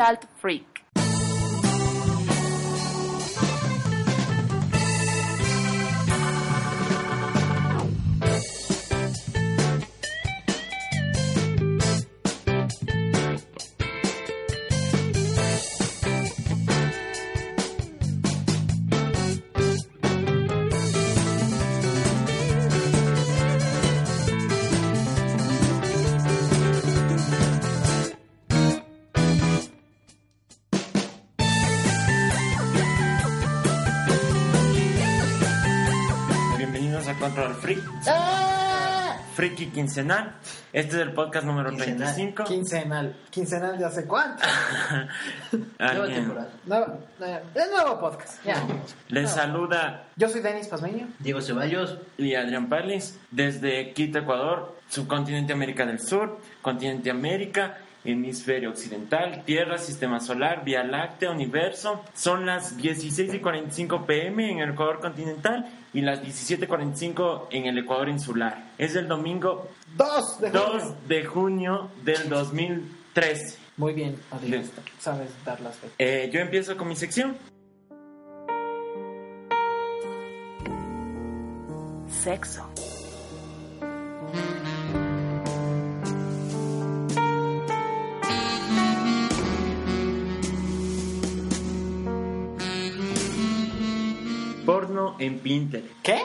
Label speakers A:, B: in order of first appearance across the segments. A: Control-Alt-Freak
B: Bienvenidos a Control Freak, Freaky Quincenal. Este es el podcast número 35.
C: Quincenal. Quincenal de hace cuánto.
B: Alguien-
C: Nueva- eh, es nuevo podcast. Ya.
B: Les saluda
C: Yo soy Denis Pasmeño.
D: Diego Ceballos,
B: y Adrián Parlis desde Quito, Ecuador, subcontinente América del Sur, continente América, hemisferio occidental, Tierra, sistema solar, Vía Láctea, universo. Son las 16 y 45 pm en el Ecuador continental y las 17.45 en el Ecuador insular. Es el domingo
C: Dos de junio.
B: 2 de junio del 2013.
C: Muy bien, Adrián.
B: Listo.
C: Sabes dar las fechas.
B: Eh, yo empiezo con mi sección.
A: Sexo
B: Porno en Pinterest.
C: ¿Qué?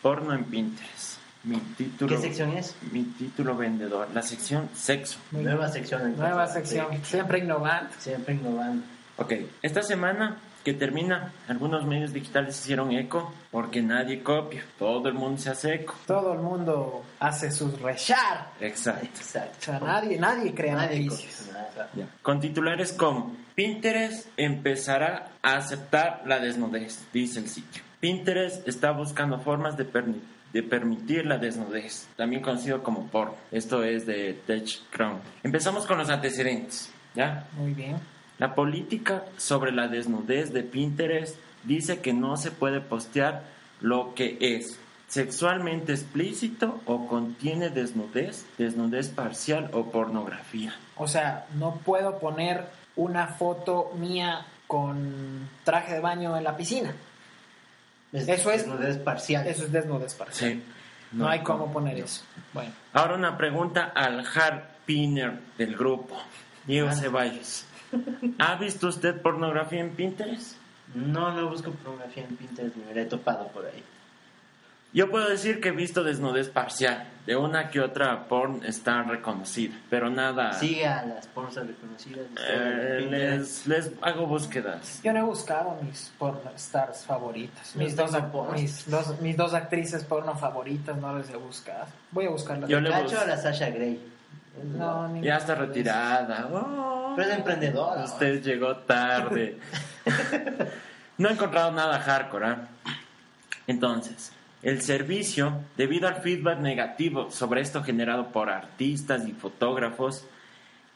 B: Porno en Pinterest. Mi título.
D: ¿qué sección es?
B: Mi título vendedor. La sección sexo.
C: Muy
D: Nueva sección. entonces.
C: Nueva sección. Siempre innovante.
D: Sí, siempre innovando.
B: Ok. Esta semana que termina, algunos medios digitales hicieron eco porque nadie copia. Todo el mundo se hace eco.
C: Todo el mundo hace sus rechar.
B: Exacto.
C: O
D: Exacto.
C: sea, nadie, nadie crea
D: Nadie
C: noticias.
D: conoce nada.
B: Ya. Con titulares como Pinterest empezará a aceptar la desnudez, dice el sitio. Pinterest está buscando formas de, perni- de permitir la desnudez, también conocido como porno. Esto es de TechCrunch. Empezamos con los antecedentes, ¿ya?
C: Muy bien.
B: La política sobre la desnudez de Pinterest dice que no se puede postear lo que es sexualmente explícito o contiene desnudez, desnudez parcial o pornografía.
C: O sea, no puedo poner una foto mía con traje de baño en la piscina. Eso es-
D: desnudez parcial.
C: Eso es desnudez para
B: Sí.
C: No, hay cómo
B: no.
C: poner eso. Bueno.
B: Ahora una pregunta al Harpiner del grupo, Diego Ceballos. ¿Ha visto usted pornografía en Pinterest?
D: No, no busco pornografía en Pinterest, me hubiera topado por ahí.
B: Yo puedo decir que he visto desnudez parcial. De una que otra porn está reconocida, pero nada.
D: Sigue a las pornsas reconocidas.
B: Ah. eh, les, les hago búsquedas.
C: Yo no he buscado mis porno stars favoritas.
D: Yo
C: Mis dos,
D: tengo
C: ac-
D: porno
C: mis, dos, mis dos actrices porno favoritas no las he buscado. Voy a buscarlas.
B: Yo le
D: Cacho
B: bus-
D: a la Sasha Grey.
C: No, ni-
B: Ya está retirada. Oh,
D: Pero es emprendedora.
B: usted llegó tarde. no he encontrado nada hardcore. ¿ah? Entonces, el servicio, debido al feedback negativo sobre esto generado por artistas y fotógrafos,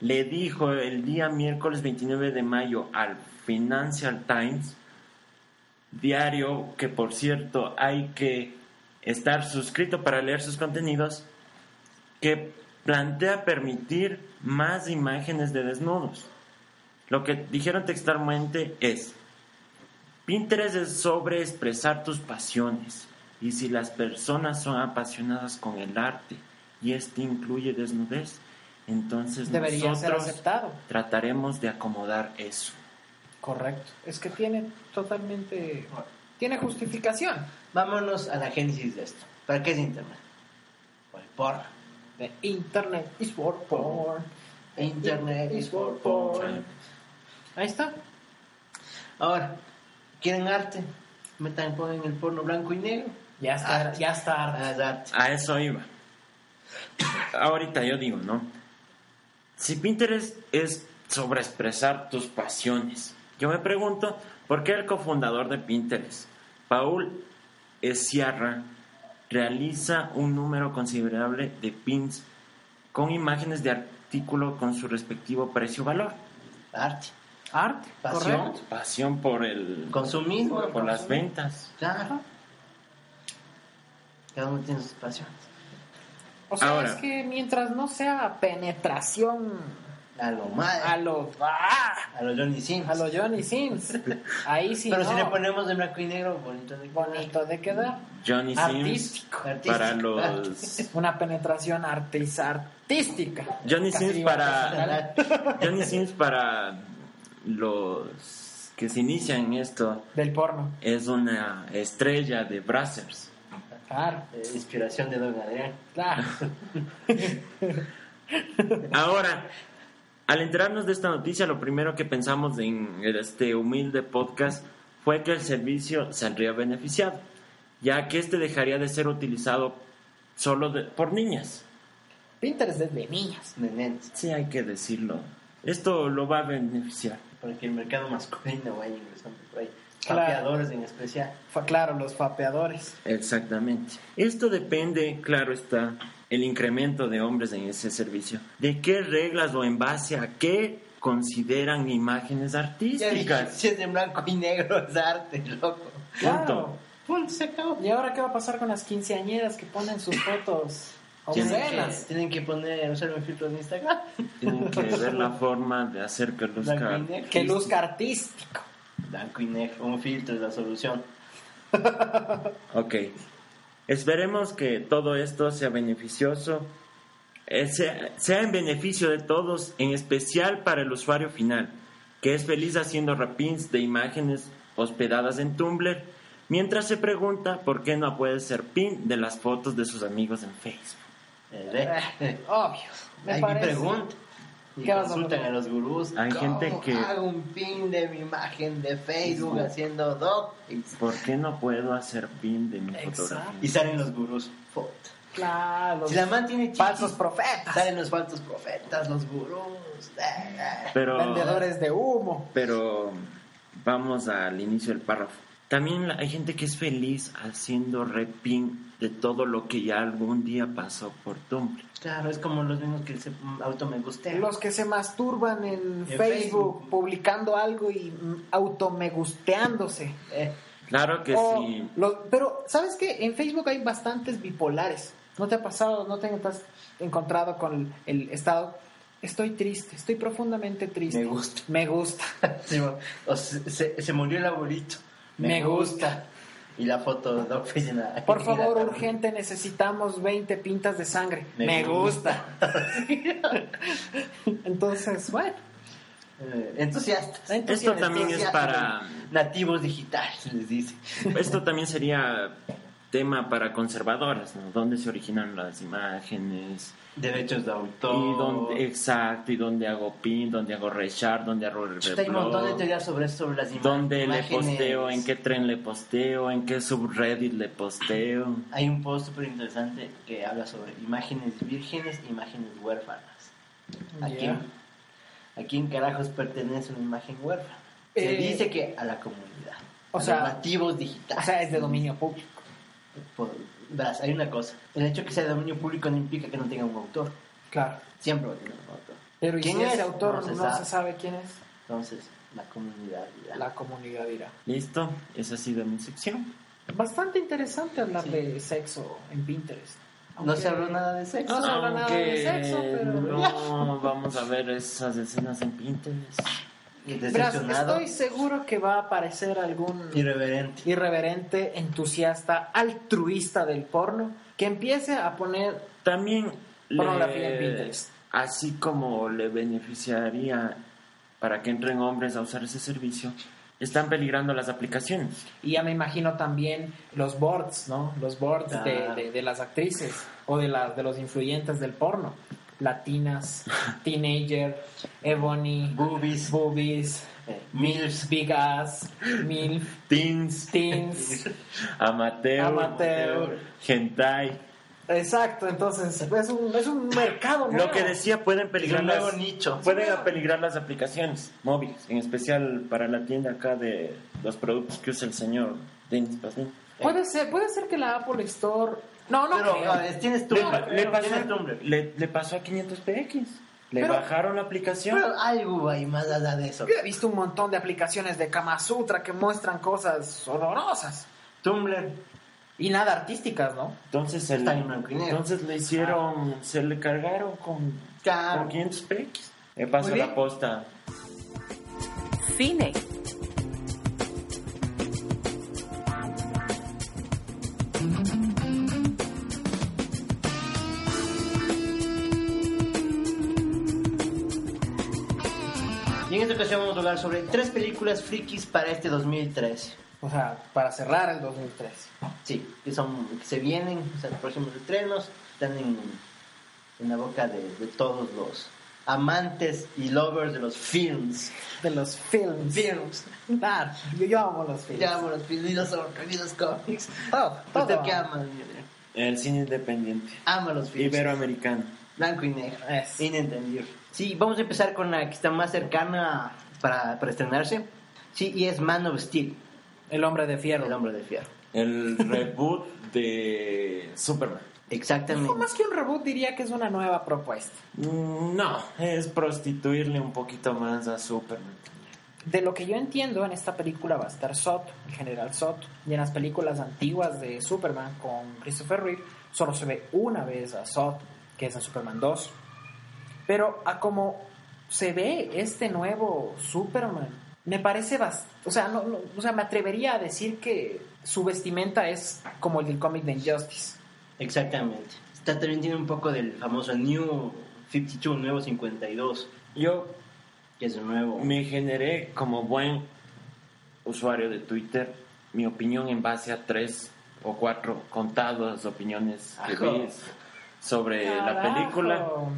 B: le dijo el día miércoles 29 de mayo al Financial Times, diario que por cierto hay que estar suscrito para leer sus contenidos, que plantea permitir más imágenes de desnudos. Lo que dijeron textualmente es, Pinterest es sobre expresar tus pasiones y si las personas son apasionadas con el arte y este incluye desnudez, entonces
C: Debería ser
B: nosotros
C: aceptado.
B: trataremos de acomodar eso.
C: Correcto. Es que tiene totalmente... Tiene justificación.
D: Vámonos a la génesis de esto. ¿Para qué es Internet? Por el porno.
C: The Internet is for porn. Eh,
D: Internet is for porn.
C: Ahí está.
D: Ahora, ¿quieren arte? Metan, ponen el porno blanco y negro.
C: Ya está.
D: Arte.
C: Ya está.
D: Ah, es arte.
B: A eso iba. Ahorita yo digo, ¿no? Si Pinterest es sobre expresar tus pasiones, yo me pregunto por qué el cofundador de Pinterest, Paul Sierra, realiza un número considerable de pins con imágenes de artículo con su respectivo precio-valor.
D: Arte.
C: Arte.
D: Pasión.
C: Correcto.
B: Pasión por el
D: Consumismo.
B: por las
D: consumismo.
B: ventas.
D: Claro. Cada uno tiene sus pasiones.
C: O sea,
B: Ahora.
C: es que mientras no sea penetración
D: A lo madre.
C: A lo, ¡ah!
D: A lo Johnny Sims.
C: a lo Johnny Sims. Ahí sí.
D: Pero
C: no.
D: si le ponemos de blanco y negro, bonito de
C: bonito de quedar.
B: Johnny Sims
C: Artístico.
D: Artístico.
B: para los
C: Una penetración artis- artística.
B: Johnny
C: Casi
B: Sims
C: iba a
B: para-
C: decir, ¿verdad?
B: Johnny Sims para los que se inician en esto
C: Del porno.
B: es una estrella de Brazzers.
C: Claro,
D: Eh, inspiración de Don Adrián.
C: claro.
B: Ahora, al enterarnos de esta noticia, lo primero que pensamos en este humilde podcast fue que el servicio saldría beneficiado, ya que este dejaría de ser utilizado solo de- por niñas.
C: Pinterest es de niñas.
D: Nenes.
B: Sí, hay que decirlo. Esto lo va a beneficiar.
D: Porque el mercado masculino vaya ingresando por ahí.
C: Claro.
D: Campeadores en especial.
C: Fue claro, los fapeadores.
B: Exactamente. Esto depende, claro está, el incremento de hombres en ese servicio. ¿De qué reglas o en base a qué consideran imágenes
D: Ya dije,
B: artísticas?
D: si es de blanco y negro es arte, loco.
C: Claro.
B: Punto.
D: Punto, se acabó.
C: ¿Y ahora qué va a pasar con las quinceañeras que ponen sus fotos
B: Tienen
D: Tienen que,
C: obscenas?
D: tienen que poner, usar un filtro de Instagram.
B: Tienen que ver la forma de hacer que luzca.
D: Blanco y negro.
C: Que luzca artístico.
D: Blanco y negro, un filtro es la solución.
B: Ok. Esperemos que todo esto sea beneficioso, eh, sea, sea en beneficio de todos, en especial para el usuario final, que es feliz haciendo rapins de imágenes hospedadas en Tumblr, mientras se pregunta por qué no puede ser pin de las fotos de sus amigos en Facebook.
D: Eh,
C: Ah.
D: ve.
C: Obvio. Me
D: Ahí me
C: parece.
D: pregunta. Y
C: ¿Qué vas a
D: consultan
C: poner?
D: a los gurús.
B: Hay
D: ¿Cómo
B: gente que-
D: Hago un pin de mi imagen de Facebook
B: Sí.
D: haciendo dog. pics?
B: ¿Por qué no puedo hacer pin de mi
C: Exacto.
D: Y
B: fotografía?
D: salen los gurús. Foto.
C: Claro, los
D: Si la man tiene chichis,
C: falsos profetas.
D: salen los falsos profetas, los gurús. Eh, eh.
B: Pero...
C: Vendedores de humo.
B: Pero vamos al inicio del párrafo. También la- hay gente que es feliz haciendo repin de todo lo que ya algún día pasó por Tumblr.
D: Claro, es como los mismos que se auto me gustean.
C: Los que se masturban en
D: En
C: Facebook,
D: Facebook.
C: publicando algo y mm, automegusteándose.
D: Eh,
B: Claro que
D: Oh,
C: O
B: sí.
C: lo- pero, ¿sabes qué? En Facebook hay bastantes bipolares. ¿No te ha pasado, no te has encontrado con el, el estado? Estoy triste, estoy profundamente triste.
D: Me gusta.
C: Me gusta.
D: se, o se- se- se murió el abuelito.
C: Me
D: Y la foto de pues, Dog Face en la-
C: Por
D: en la
C: favor,
D: tabla.
C: urgente, necesitamos 20 pintas de sangre. Me,
D: Me
C: gusta. Entonces, bueno,
D: Eh, entusiastas.
B: Esto también es para...
D: Nativos digitales, les dice.
B: Esto también sería tema para conservadoras, ¿no? ¿Dónde se originan las imágenes?
D: Derechos de autor.
B: Y dónde, exacto, y dónde hago pin, dónde hago reshare, dónde hago
D: Chuta, hay un montón de
B: reblog,
D: teorías sobre esto, sobre las ima-
B: dónde le
D: imágenes.
B: posteo, en qué tren le posteo, en qué subreddit le posteo.
D: Hay un post súper interesante que habla sobre imágenes vírgenes e imágenes huérfanas. ¿A,
C: ya.
D: quién, ¿A quién carajos pertenece una imagen huérfana? Se
C: Eh,
D: dice que a la comunidad.
C: o
D: a
C: sea-
D: los nativos
C: o
D: digitales.
C: sea, es de dominio público.
D: Por- verás, hay una cosa. El hecho que sea de dominio público no implica que no tenga un autor.
C: Claro.
D: Siempre va a tener un autor.
C: Pero ¿y
D: ¿Quién
C: si ese
D: es?
C: autor
D: No
C: no,
D: se
C: se
D: sabe.
C: sabe quién es?
D: Entonces, la comunidad. dirá.
C: La comunidad dirá.
B: Listo, esa ha sido mi sección.
C: Bastante interesante hablar
D: Sí.
C: de sexo en Pinterest.
D: No
C: Aunque-
D: se habló nada de sexo.
C: No se habla nada de sexo, pero
B: no vamos a ver esas escenas en Pinterest.
D: Y
C: Ah, Verás,
D: Decepcionado.
C: estoy seguro que va a aparecer algún
D: Irreverente.
C: irreverente, entusiasta, altruista del porno que empiece a poner
B: También le-
C: Pornografía en Pinterest.
B: así como le beneficiaría para que entren hombres a usar ese servicio, están peligrando las aplicaciones.
C: Y ya me imagino también los boards, ¿no? Los boards de-
D: Claro.
C: de, de las actrices o de, las de los influyentes del porno. Latinas, Teenager, Ebony,
D: Boobies.
C: Boobies,
D: Eh,
C: Milfs, Big Ass, Milf,
B: Teens,
C: Teens.
B: amateur,
C: Amateur.
B: hentai.
C: Exacto, entonces es un, es un mercado nuevo.
B: Lo que decía, pueden peligrar
D: un nuevo
B: las,
D: nicho.
B: pueden peligrar las aplicaciones móviles, en especial para la tienda acá de los productos que usa el señor Denis Pasmin.
C: Puede ser, puede ser que la Apple Store... No, no
D: Pero
C: creo.
D: a ver, tienes
B: Le,
D: Tumblr.
B: le pasó,
D: tienes Tumblr.
B: le- le pasó a 500 PX. Le
C: Pero-
B: bajaron la aplicación.
D: Pero algo hay más allá de eso.
C: He visto un montón de aplicaciones de Kama Sutra que muestran cosas horrorosas.
D: Tumblr.
C: Y nada artísticas, ¿no?
B: entonces, el-
D: Está en blanco y negro.
B: entonces le hicieron, se le cargaron con,
D: Claro.
B: con 500 PX. Me pasó
D: Ah. Muy bien.
B: la posta.
A: Cine.
D: Y en esta ocasión vamos a hablar sobre tres películas frikis para este 2013.
C: O sea, para cerrar el 2003.
D: Sí, que son que se vienen, o sea, los próximos estrenos, están en, en la boca de, de todos los amantes y lovers de los films.
C: De los films.
D: Films.
C: Claro, yo, yo amo los films.
D: Ya amo los films y los, y los cómics.
C: Todo, todo.
D: ¿Usted qué ama? señor?
B: El cine independiente.
D: Ama los films.
B: Iberoamericano.
D: Blanco y negro.
C: Es.
D: Inentendible. Sí, vamos a empezar con la que está más cercana para, para estrenarse. Sí, y es Man of Steel,
C: El hombre de fierro.
D: el hombre de fierro.
B: El reboot de Superman.
D: Exactamente.
C: No, más que un reboot diría que es una nueva propuesta.
B: Mm, No, es prostituirle un poquito más a Superman.
C: De lo que yo entiendo, en esta película va a estar Soto, el general Soto. Y en las películas antiguas de Superman con Christopher Reeve, solo se ve una vez a Soto, que es en Superman 2. Pero a como se ve este nuevo Superman, me parece bastante... O sea, no, no- o sea, me atrevería a decir que su vestimenta es como el del cómic de Injustice.
D: Exactamente. Está, también tiene un poco del famoso New 52, Nuevo 52,
B: Yo
D: que es el nuevo.
B: me generé como buen usuario de Twitter mi opinión en base a tres o cuatro contadas opiniones que
D: Ajo.
B: vi sobre Eh, la película.
C: Carajo.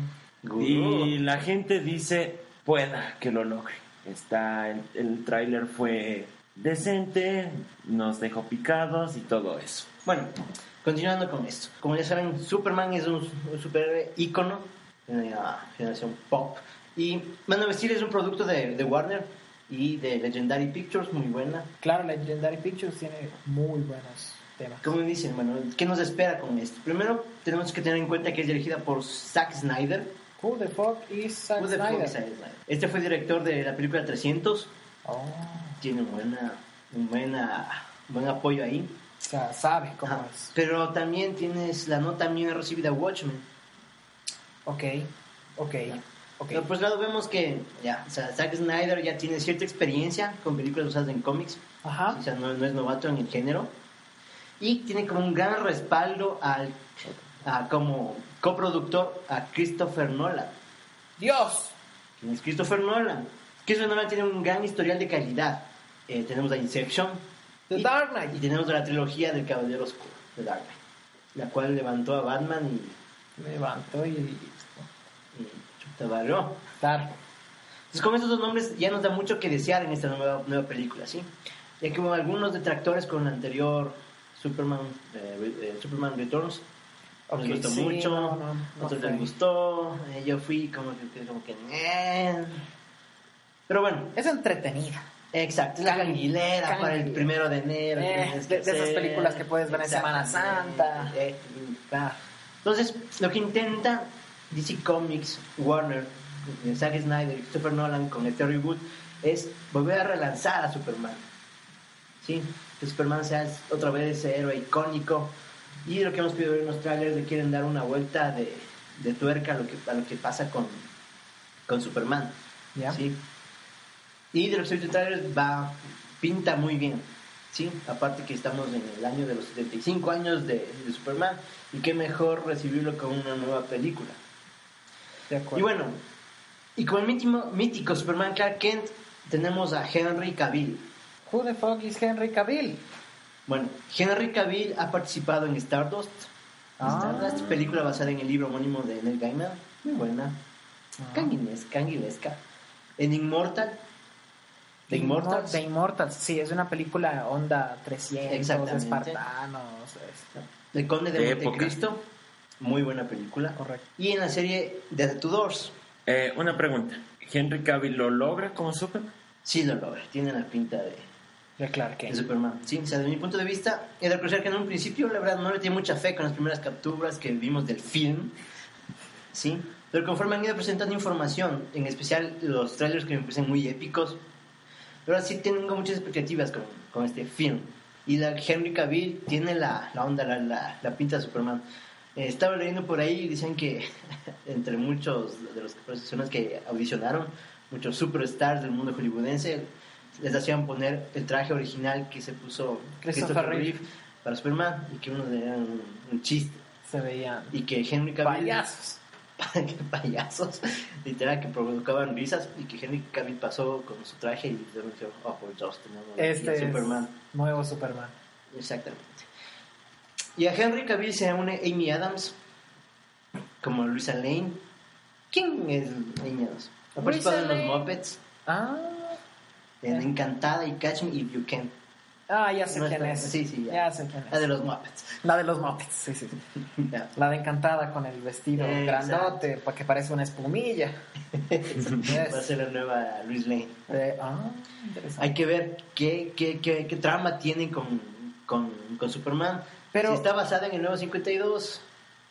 D: gurú.
B: Y la gente dice, pueda que lo logre. Está, el, el tráiler fue decente, nos dejó picados y todo eso.
D: Bueno, continuando con esto. Como ya saben, Superman es un, un superhéroe ícono de la generación pop. Y Man of Steel es un producto de, de Warner y de Legendary Pictures, muy buena.
C: Claro, Legendary Pictures tiene muy buenos temas.
D: Como dicen, bueno, ¿qué nos espera con esto? Primero, tenemos que tener en cuenta que es dirigida por Zack Snyder.
C: Who the fuck is Zack
D: Who the fuck
C: Snyder?
D: is Zack Snyder? Este fue director de la película 300.
C: Oh,
D: Tiene un buena, un buena, buen apoyo ahí.
C: o sea, sabe cómo
D: Ajá.
C: es.
D: Pero también tienes la nota bien recibida Watchmen.
C: Ok, ok, ok.
D: Pero por otro lado vemos que ya, o sea, Zack Snyder ya tiene cierta experiencia con películas usadas en cómics.
C: Ajá.
D: O sea, no, no es novato en el género. Y tiene como un gran respaldo al, a como coproductor a Christopher Nolan.
C: Dios.
D: ¿Quién es Christopher Nolan? Christopher Nolan tiene un gran historial de calidad. Eh, tenemos a Inception.
C: The
D: y,
C: Dark
D: y
C: Knight.
D: tenemos la trilogía del Caballero Oscuro, The Dark Knight. La cual levantó a Batman y,
C: Levantó y...
D: y chuta, valió.
C: Dark.
D: Entonces, con estos dos nombres ya nos da mucho que desear en esta nueva, nueva película, ¿sí? Ya que hubo algunos detractores con la anterior Superman, eh, re- eh, Superman Returns.
C: Ok,
D: nos gustó
C: sí,
D: mucho,
C: no, no, no
D: otros
C: fue.
D: les gustó. eh, yo fui como que. Como que "Eh". Pero bueno,
C: Es entretenida.
D: exacto, es la ganguilera
C: Canguilera.
D: para el primero de enero.
C: Eh,
D: tienes
C: de-
D: que
C: de esas
D: hacer.
C: películas que puedes ver en Semana
D: Exactamente,
C: Santa.
D: eh, entonces, lo que intenta DC Comics, Warner, eh, Zack Snyder y Christopher Nolan con este reboot es volver a relanzar a Superman. ¿Sí? Que Superman sea es- otra vez ese héroe icónico. Y lo que hemos podido ver en los trailers le quieren dar una vuelta de, de tuerca a lo que, a lo que pasa con, con Superman.
C: ¿Ya?
D: ¿sí? Y de los Excelsior Trailers va, pinta muy bien, ¿sí? Aparte que estamos en el año de los 75 años de, de Superman y qué mejor recibirlo con una nueva película.
C: De acuerdo.
D: Y bueno, y con el mítico, mítico Superman Clark Kent tenemos a Henry Cavill.
C: Who the fuck is Henry Cavill?
D: Bueno, Henry Cavill ha participado en Stardust.
C: Ah.
D: Stardust, película basada en el libro homónimo de Neil Gaiman, muy buena.
C: Ah.
D: Canguilesca, canguilesca. En Inmortal.
C: The
D: De Inmortals.
C: The Immortals. Sí, es una película onda 300,
D: Exactamente.
C: espartanos. es-
D: El Conde de,
B: De época.
D: Montecristo. Muy buena película.
C: Correcto.
D: Y en la serie de The Tudors,
B: Eh, una pregunta. ¿Henry Cavill lo logra como Superman?
D: sí lo logra. Tiene la pinta de,
C: De Clark
D: de
C: Kent.
D: Superman. Sí, o sea, desde mi punto de vista, he de reconocer que en un principio, la verdad, no le tenía mucha fe con las primeras capturas que vimos del film. Sí. Pero conforme han ido presentando información, en especial los trailers que me parecen muy épicos, ahora sí tengo muchas expectativas con, con este film. Y la Henry Cavill tiene la, la onda, la, la, la pinta de Superman. Eh, estaba leyendo por ahí y dicen que entre muchos de las personas que audicionaron, muchos superstars del mundo hollywoodense, les hacían poner el traje original que se puso
C: Christopher Reeve.
D: para Superman y que uno le era un, un chiste.
C: Se veían
D: Y que Henry Cavill...
C: payasos.
D: que payasos, literal, que provocaban risas y que Henry Cavill pasó con su traje y denunció, oh, por Dios, tenemos aquí a
C: Este es
D: Superman.
C: nuevo Superman.
D: Exactamente. Y a Henry Cavill se une Amy Adams, como Luisa Lane. ¿Quién es Amy Adams? Ha
C: Luisa
D: participado en los
C: Lane.
D: Muppets,
C: Ah,
D: en Encantada y Catch Me If You Can.
C: ah ya sé
D: No
C: quién
D: está-
C: es.
D: sí, sí, ya.
C: sé quién
D: La
C: es.
D: de los Muppets.
C: La de los Muppets, sí, sí. sí.
D: Ya.
C: La de encantada con el vestido
D: Exacto.
C: grandote, para que parece una espumilla. Yes.
D: Va a ser la nueva Luis Lane.
C: Eh, ah, interesante.
D: Hay que ver qué, qué, qué, qué trama tienen con, con, con Superman.
C: Pero-
D: si está basada en el nuevo 52,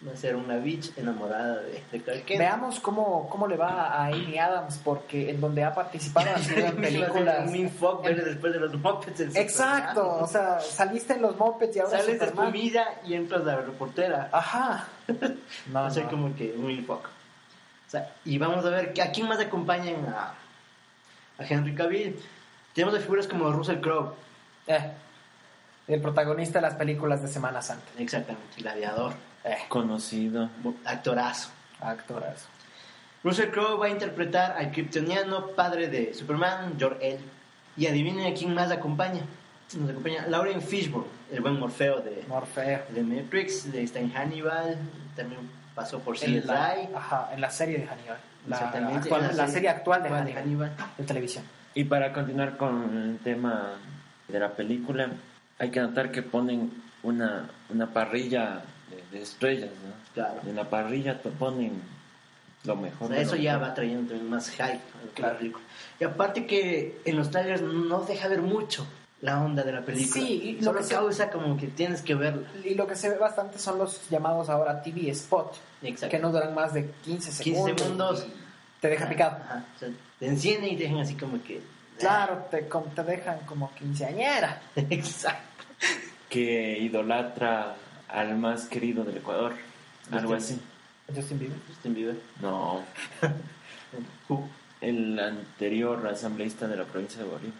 D: va a ser una bitch enamorada de, de Clark Kent.
C: Veamos cómo, cómo le va a Amy Adams, porque en donde ha participado ha sido en películas.
D: Un info ver después de los Muppets. en
C: Exacto,
D: Superman.
C: o sea, saliste en los Muppets y ahora
D: Sales de
C: Superman.
D: comida y entras a la reportera.
C: Ajá. No,
D: va a ser
C: no.
D: como que un info. O sea, y vamos a ver que- a quién más acompañan a, a Henry Cavill. Tenemos a figuras como Russell Crowe,
C: Eh, el protagonista de las películas de Semana Santa.
D: exactamente, gladiador,
C: Eh,
B: Conocido.
D: actorazo.
C: actorazo.
D: Russell Crowe va a interpretar al kryptoniano padre de Superman, Jor-El. Y adivinen a quién más acompaña. Nos acompaña Lauren Fishburne, el buen Morfeo de,
C: Morfeo.
D: de Matrix, de Stan Hannibal, también pasó por CSI.
C: Pues En la, ajá, en la serie de Hannibal. La,
D: Exactamente,
C: actual-
D: en
C: la serie actual de
D: actual
C: Hannibal, de televisión.
B: Y para continuar con el tema de la película, hay que notar que ponen una, una parrilla de, de estrellas, ¿no?
D: Claro.
B: En la parrilla te ponen lo mejor.
D: O sea,
B: de
D: eso
B: lo
D: ya
B: mejor.
D: va trayendo también más hype a la
C: Claro.
D: película. Y aparte que en los trailers no deja ver mucho la onda de la película.
C: Sí, y lo
D: Solo
C: que se-
D: causa como que tienes que verla.
C: Y lo que se ve bastante son los llamados ahora TV spot,
D: Exacto.
C: que no duran más de 15
D: 15
C: segundos.
D: segundos.
C: y Te deja picado.
D: Ajá, o sea, te encienden y te dejan así como que...
C: Claro, te, com- te dejan como quinceañera.
D: Exacto.
B: Que idolatra al más querido del Ecuador. Algo así.
C: Justin Bieber.
D: Justin Bieber.
B: No,
D: Ju-
B: el anterior asambleísta de la provincia de Bolívar.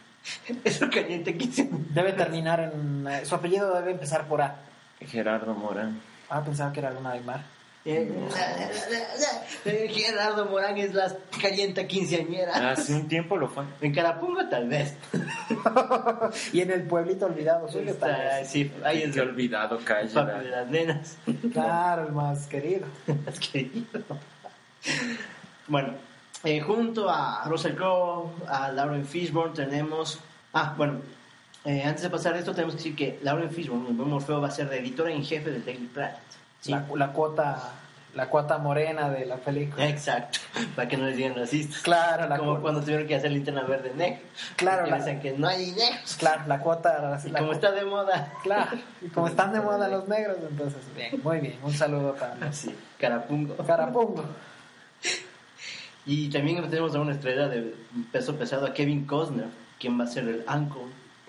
D: Eso caliente que se...
C: Debe terminar en... eh, su apellido debe empezar por A.
B: Gerardo Morán.
C: Ah, pensaba que era Luna del Mar.
D: Eh, Gerardo Morán es la calienta quinceañera.
B: Hace un tiempo lo fue.
D: En Carapungo tal vez.
C: Y en el pueblito olvidado suyo tal
D: Está-
C: vez.
D: Sí, ahí es
B: Qué
D: el
B: olvidado calle.
D: papi de
B: la-
D: las nenas.
C: Claro, el más querido.
D: Has querido. Bueno, eh, junto a Russell Crowe, a Lauren Fishburne tenemos... Ah, bueno, eh, antes de pasar esto tenemos que decir que Lauren Fishburne, el buen Morfeo, va a ser la editora en jefe del Daily Planet. Sí.
C: La, la cuota la cuota morena de la película.
D: Exacto, para que no les digan racistas.
C: Claro, la,
D: Como
C: cu-
D: cuando tuvieron que hacer linterna verde negra.
C: Claro,
D: Que
C: la- pues,
D: dicen que no hay negros.
C: claro, la cuota... la-
D: Y
C: la
D: como
C: cu-
D: está de moda.
C: Claro, y como están de moda los negros, entonces, bien, muy bien. Un saludo para los
D: Así, carapungo.
C: carapungo.
D: Y también tenemos a una estrella de peso pesado, a Kevin Costner, quien va a ser el Uncle.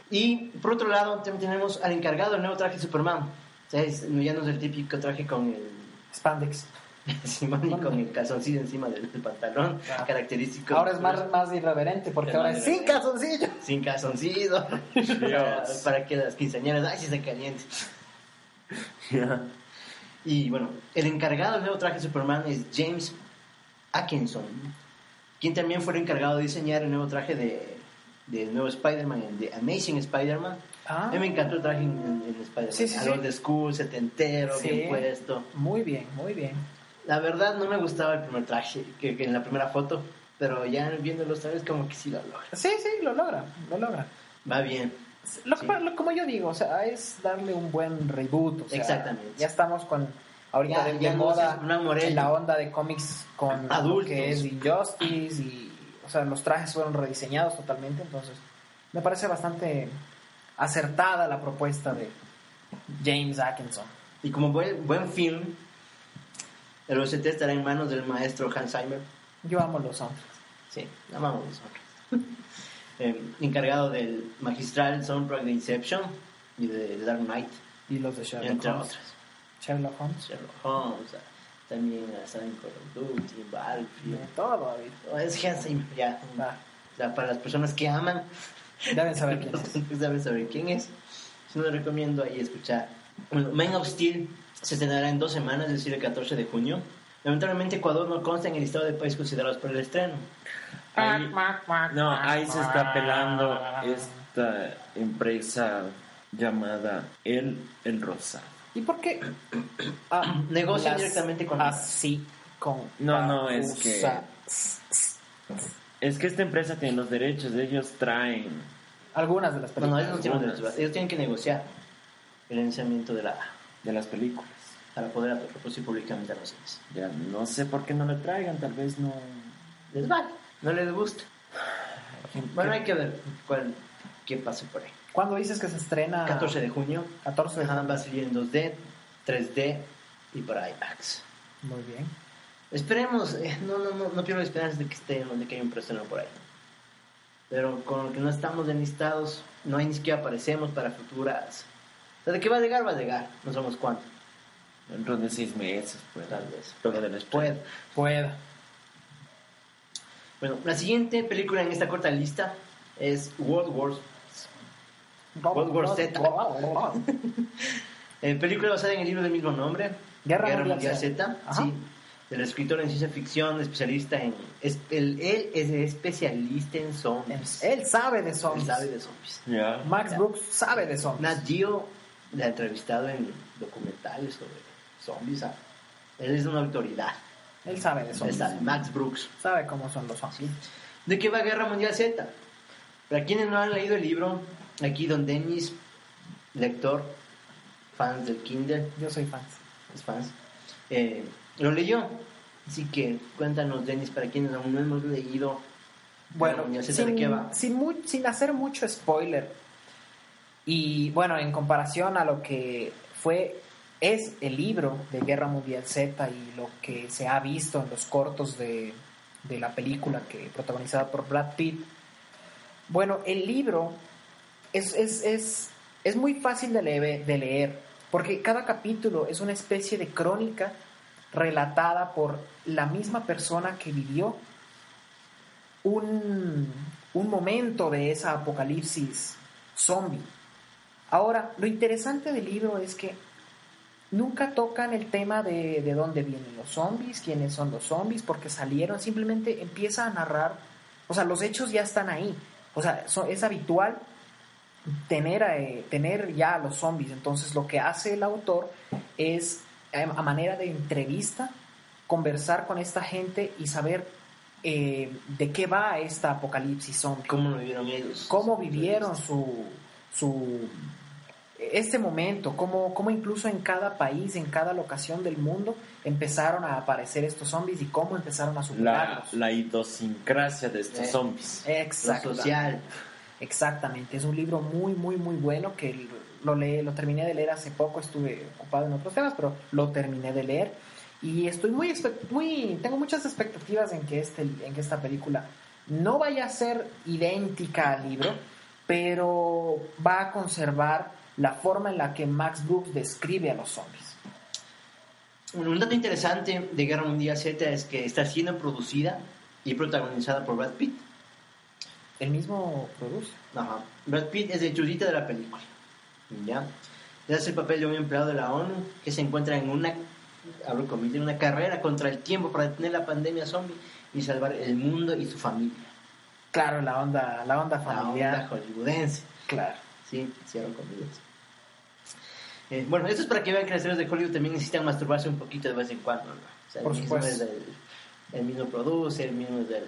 D: Y por otro lado, también tenemos al encargado del nuevo traje de Superman. O sea, es- ya no es el típico traje con el
C: Spandex.
D: Simón y con el calzoncillo encima del, del pantalón,
C: Ah.
D: característico.
C: Ahora es más, más irreverente porque
D: Es
C: ahora
D: más
C: es sin
D: irreverente.
C: calzoncillo.
D: Sin calzoncillo. para,
B: Dios.
D: para que las quinceañeras, ay, si se caliente. Y bueno, el encargado del nuevo traje de Superman es James Atkinson, quien también fue el encargado de diseñar el nuevo traje de, del nuevo Spider-Man, el de Amazing Spider-Man.
C: Ah,
D: A mí me encantó el traje en, en- en Spider-Man,
C: Sí, sí,
D: al
C: sí.
D: old school, setentero,
C: Sí.
D: bien puesto.
C: muy bien, muy bien.
D: La verdad no me gustaba el primer traje, que, que en la primera foto, pero ya viendo los trajes como que sí lo logra.
C: Sí, sí, lo logra, lo logra.
D: Va bien.
C: Lo-
D: Sí.
C: lo- como yo digo, o sea, es darle un buen reboot. o sea,
D: Exactamente.
C: Ya estamos con, ahorita
D: Ya-
C: de, de
D: ya no es
C: moda,
D: Superman Moreno.
C: en la onda de cómics con lo
D: Adultos.
C: que es Injustice y, o sea, los trajes fueron rediseñados totalmente, entonces me parece bastante acertada la propuesta de James Atkinson.
D: Y como buen, buen film, el OCT estará en manos del maestro Hans Zimmer.
C: Yo amo los hombres.
D: Sí, la amamos nosotros. Eh, encargado del magistral soundtrack de Inception y de Dark Knight,
C: Y los de Sherlock
D: entre
C: Holmes.
D: otras.
C: Sherlock Holmes.
D: Sherlock Holmes, a- también a Sam Call of Duty,
C: De
D: Battlefield.
C: todo, David.
D: No, Es Hans Zimmer, ya.
C: Va,
D: O sea, para las personas que aman,
C: deben saber quién es.
D: saben saber quién es. Yo les recomiendo ahí escuchar. Bueno, Man of Steel se estrenará en dos semanas, es decir, el 14 de junio. Lamentablemente Ecuador no consta en el listado de países considerados para el estreno.
B: Ahí- no, ahí se está pelando esta empresa llamada El, el Rosa.
C: ¿Y por qué? Ah,
D: Negocia
C: las-
D: directamente con-
C: Así, con...
B: No, no, es que-
C: acusas-
B: Es que esta empresa tiene los derechos, ellos traen.
C: Algunas de las
D: Pero no,
C: películas.
D: ellos, no tienen derechos. ellos tienen que negociar el lanzamiento de la
B: de las películas.
D: para poder reproducir públicamente a los cines.
B: Ya no sé por qué no le traigan, tal vez no.
D: Les vale, no les gusta. Bueno, hay que ver cuál, qué pasa por ahí.
C: ¿Cuándo dices que se estrena?
D: 14 de junio,
C: 14 de
D: Ajá,
C: junio.
D: va a salir en 2D, 3D y para IMAX.
C: Muy bien.
D: Esperemos, eh, no, no, no, no pierdo esperanzas de que esté, de que haya un preestreno por ahí. Pero con lo que no estamos enlistados, no hay ni siquiera aparecemos para futuras. O sea, de que va a llegar, va a llegar. No sabemos cuánto,
B: Dentro de seis meses, pues.
D: tal vez.
B: Luego del estreno.
D: Puede.
C: Pueda.
D: Bueno, la siguiente película en esta corta lista es World War. World War Z. eh, película basada en el libro del mismo nombre,
C: Guerra Mundial
D: Z,
C: Ajá.
D: sí, del escritor en ciencia ficción, especialista en. es- el- él es especialista en zombies.
C: Él sabe de
D: Él
C: zombies.
D: sabe de zombiés.
B: Ya.
C: Max Brooks sabe de zombies.
D: Nat Geo la ha entrevistado en documentales sobre zombies. ¿ah? Él es una autoridad.
C: Él sabe de zombies.
D: Está Max Brooks.
C: Sabe cómo son los zombies.
D: ¿sí? ¿De qué va Guerra Mundial Z? Para quienes no han leído el libro, aquí Don Dennis, lector, fans del Kindle,
C: Yo soy fan.
D: es fans, eh, lo leyó. Así que cuéntanos, Dennis, para quienes aún no hemos leído.
C: Bueno,
D: Guerra Mundial Z, ¿de
C: sin,
D: qué va?
C: sin mu- sin hacer mucho spoiler. Y bueno, en comparación a lo que fue, es el libro de Guerra Mundial Z y lo que se ha visto en los cortos de, de la película que protagonizada por Brad Pitt. Bueno, el libro es, es, es, es muy fácil de, leve- de leer, porque cada capítulo es una especie de crónica relatada por la misma persona que vivió un, un momento de esa apocalipsis zombie. Ahora, lo interesante del libro es que nunca tocan el tema de, de dónde vienen los zombies, quiénes son los zombies, porque salieron, simplemente empieza a narrar, o sea, los hechos ya están ahí, o sea, so- es habitual tener, a, eh, tener ya a los zombies, entonces lo que hace el autor es, eh, a manera de entrevista, conversar con esta gente y saber eh, de qué va esta apocalipsis zombie
D: ¿Cómo lo vivieron ellos?
C: cómo vivieron su, su este momento, cómo, cómo incluso en cada país, en cada locación del mundo empezaron a aparecer estos zombies y cómo empezaron a
B: La,
C: superarlos.
B: la idiosincrasia de estos
D: Eh.
B: zombies.
D: Lo
C: Exacto.
D: social.
C: Exactamente, es un libro muy, muy, muy bueno que l- lo, leí, lo terminé de leer hace poco, estuve ocupado en otros temas, pero lo terminé de leer y estoy muy, expect- muy tengo muchas expectativas en que, este, en que esta película no vaya a ser idéntica al libro, pero va a conservar la forma en la que Max Brooks describe a los zombies.
D: Bueno, un dato interesante de Guerra Mundial Z es que está siendo producida y protagonizada por Brad Pitt.
C: El mismo produce.
D: Ajá. Brad Pitt es el chulita de la película. Ya. Le hace el papel de un empleado de la ONU que se encuentra en una, abro comillas, en una carrera contra el tiempo para detener la pandemia zombie y salvar el mundo y su familia.
C: Claro, la onda, la onda
D: La
C: familiar.
D: onda hollywoodense.
C: Claro.
D: Sí, cierro comillas. Eh, bueno, esto es para que vean que las series de Hollywood también necesitan masturbarse un poquito de vez en cuando, ¿no? O sea,
C: Por
D: el mismo
C: supuesto.
D: es el, el mismo produce, el mismo es del...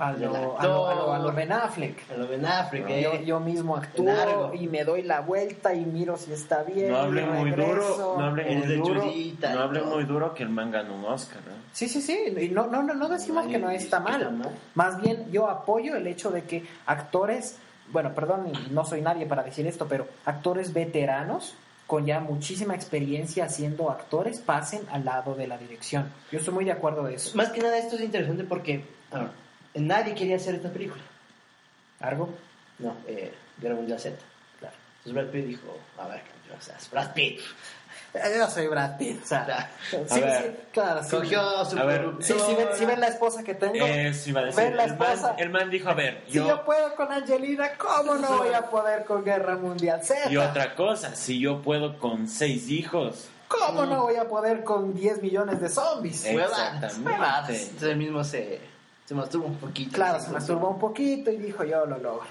C: A
D: del
C: lo, a lo- a lo- a lo
D: actor,
C: Ben Affleck.
D: a lo Ben Affleck, ¿eh?
C: Yo, yo mismo actúo
D: Largo.
C: y me doy la vuelta y miro si está
D: eh,
C: bien.
B: No
C: y
B: hablen muy
C: regreso.
B: duro, no hablen
D: el
B: muy
D: de
B: duro,
D: Chulita y
B: no hablen
D: todo.
B: muy duro que el man ganó un Oscar, ¿no?
C: Sí, sí, sí. y No, no, no, no decimos que no está mal. Más bien yo apoyo el hecho de que actores, bueno, perdón, y no soy nadie para decir esto, pero actores veteranos con ya muchísima experiencia siendo actores pasen al lado de la dirección. Yo estoy muy de acuerdo de eso.
D: Más que nada esto es interesante porque a ver, nadie quería hacer esta película.
C: ¿Argo?
D: No, eh, Guerra Mundial Z.
C: Claro.
D: Entonces Entonces Brad Pitt dijo, a ver, o sea, es Brad Pitt.
C: Eh, Yo soy Brad Pitt. O sea, sí, sí,
B: ver.
C: claro, sí.
D: Cogió su
B: A ver,
D: productora.
C: Sí, si ven, si ven la esposa que tengo,
B: Eso iba a decir.
C: ven la
B: El man,
C: esposa.
B: el man dijo, a ver,
C: Si
B: yo,
C: yo, puedo con Angelina, ¿cómo no voy a poder con Guerra Mundial Z?
B: y otra cosa, si yo puedo con seis hijos.
C: ¿Cómo no voy a poder con 10 millones de zombies?
B: Eh.
D: Huevadas,
B: Exactamente.
D: huevadas. Entonces él mismo se, se mastuvo un poquito.
C: Claro,
D: Sí,
C: se masturbó un poquito y dijo, yo lo logro.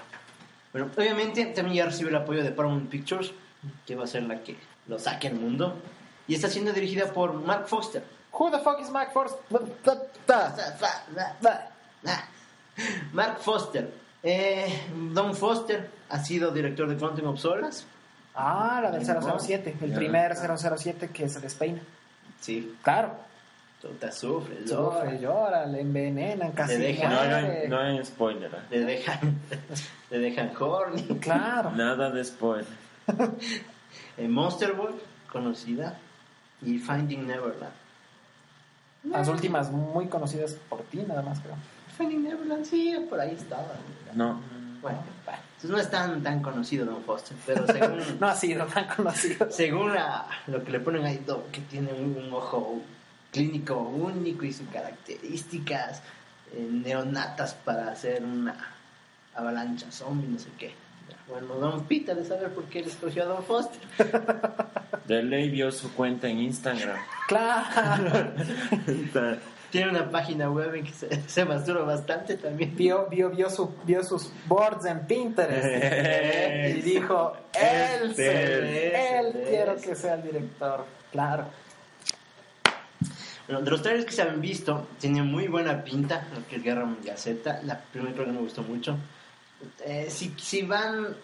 D: Bueno, obviamente también ya recibió el apoyo de Paramount Pictures, que va a ser la que lo saque al mundo. Y está siendo dirigida por Mark Foster.
C: Who the fuck is Mike Force?
D: Mark Foster. Eh, Don Foster ha sido director de Quantum of Solace.
C: Ah, la del 007, el
B: Ya.
C: primer 007 que se despeina.
D: Sí,
C: Claro,
D: tú te sufres,
C: sufre,
D: sufres.
C: llora, le envenenan, casi
D: Le dejan.
B: No
C: muere.
B: hagan, no hagan spoiler. ¿eh?
D: Te dejan, te dejan horny.
C: Claro,
B: Nada de spoiler.
D: Eh, Monster Boy, conocida. Y Finding Neverland.
C: las últimas muy conocidas por ti, nada más creo.
D: Finding Neverland, sí, por ahí estaba.
B: No.
D: Bueno, entonces no es tan, tan conocido Don Foster, pero según,
C: No ha sido tan conocido.
D: según la- lo que le ponen ahí, Don, que tiene un, un ojo clínico único y sus características eh, neonatas para hacer una avalancha zombie, no sé qué. Bueno, Don Pita de saber por qué le escogió a Don Foster.
B: De ley vio su cuenta en Instagram.
C: Claro,
D: Tiene una página web en que se, se masturba bastante también.
C: vio, vio, vio, su- vio sus boards en Pinterest y dijo,
D: Este
C: él, se- él quiero que sea el director. Claro,
D: Bueno, de los trailers que se han visto, tiene muy buena pinta lo que es Guerra Mundial Z. La primera creo que me gustó mucho. Eh, si, si van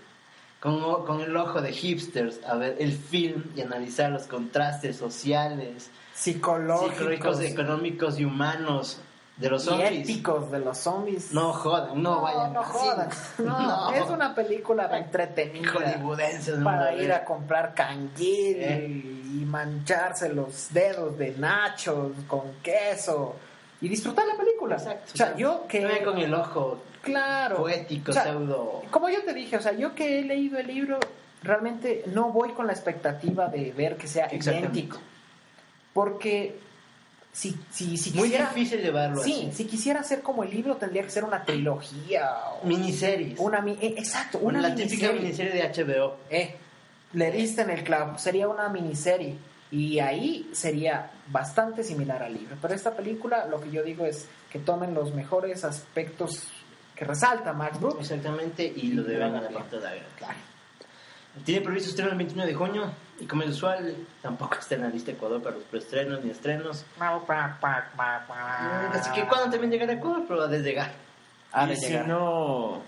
D: con, o- con el ojo de hipsters a ver el film y analizar los contrastes sociales,
C: psicológicos
D: psicológicos, económicos y humanos de los
C: y
D: zombies,
C: éticos de los zombies.
D: no jodan, no, vayan
C: no
D: al cine.
C: jodan. No,
D: No.
C: es una película entretenida
D: hollywoodenses no
C: para
D: van
C: ir
D: ver.
C: a comprar canguil
D: Eh.
C: y mancharse los dedos de nachos con queso y disfrutar la película.
D: Exacto.
C: O sea, yo que
D: Vayan con el ojo
C: claro,
D: poético,
C: o sea,
D: pseudo.
C: como yo te dije, o sea, yo que he leído el libro, realmente no voy con la expectativa de ver que sea
D: Exactamente.
C: idéntico. Porque si, si, si
D: Muy
C: quisiera-
D: difícil llevarlo
C: sí,
D: así.
C: si quisiera ser como el libro, tendría que ser una trilogía. o-
D: Miniseries.
C: una mi- eh, exacto, una
D: Una, la típica
C: miniserie.
D: miniserie de HBO.
C: Eh, le diste en el clavo, sería una miniserie. Y ahí sería bastante similar al libro. Pero esta película, lo que yo digo es que tomen los mejores aspectos que resalta Max Brooks.
D: Exactamente, y lo deben a la parte de Agra, claro. Tiene previsto estreno el 21 de junio, y como es usual, tampoco está en la lista Ecuador para los preestrenos ni estrenos.
C: Ah.
D: Así que cuando también llegará a Ecuador, pero desde llegar.
C: Ha
B: y
C: de
B: si
C: llegar.
B: no,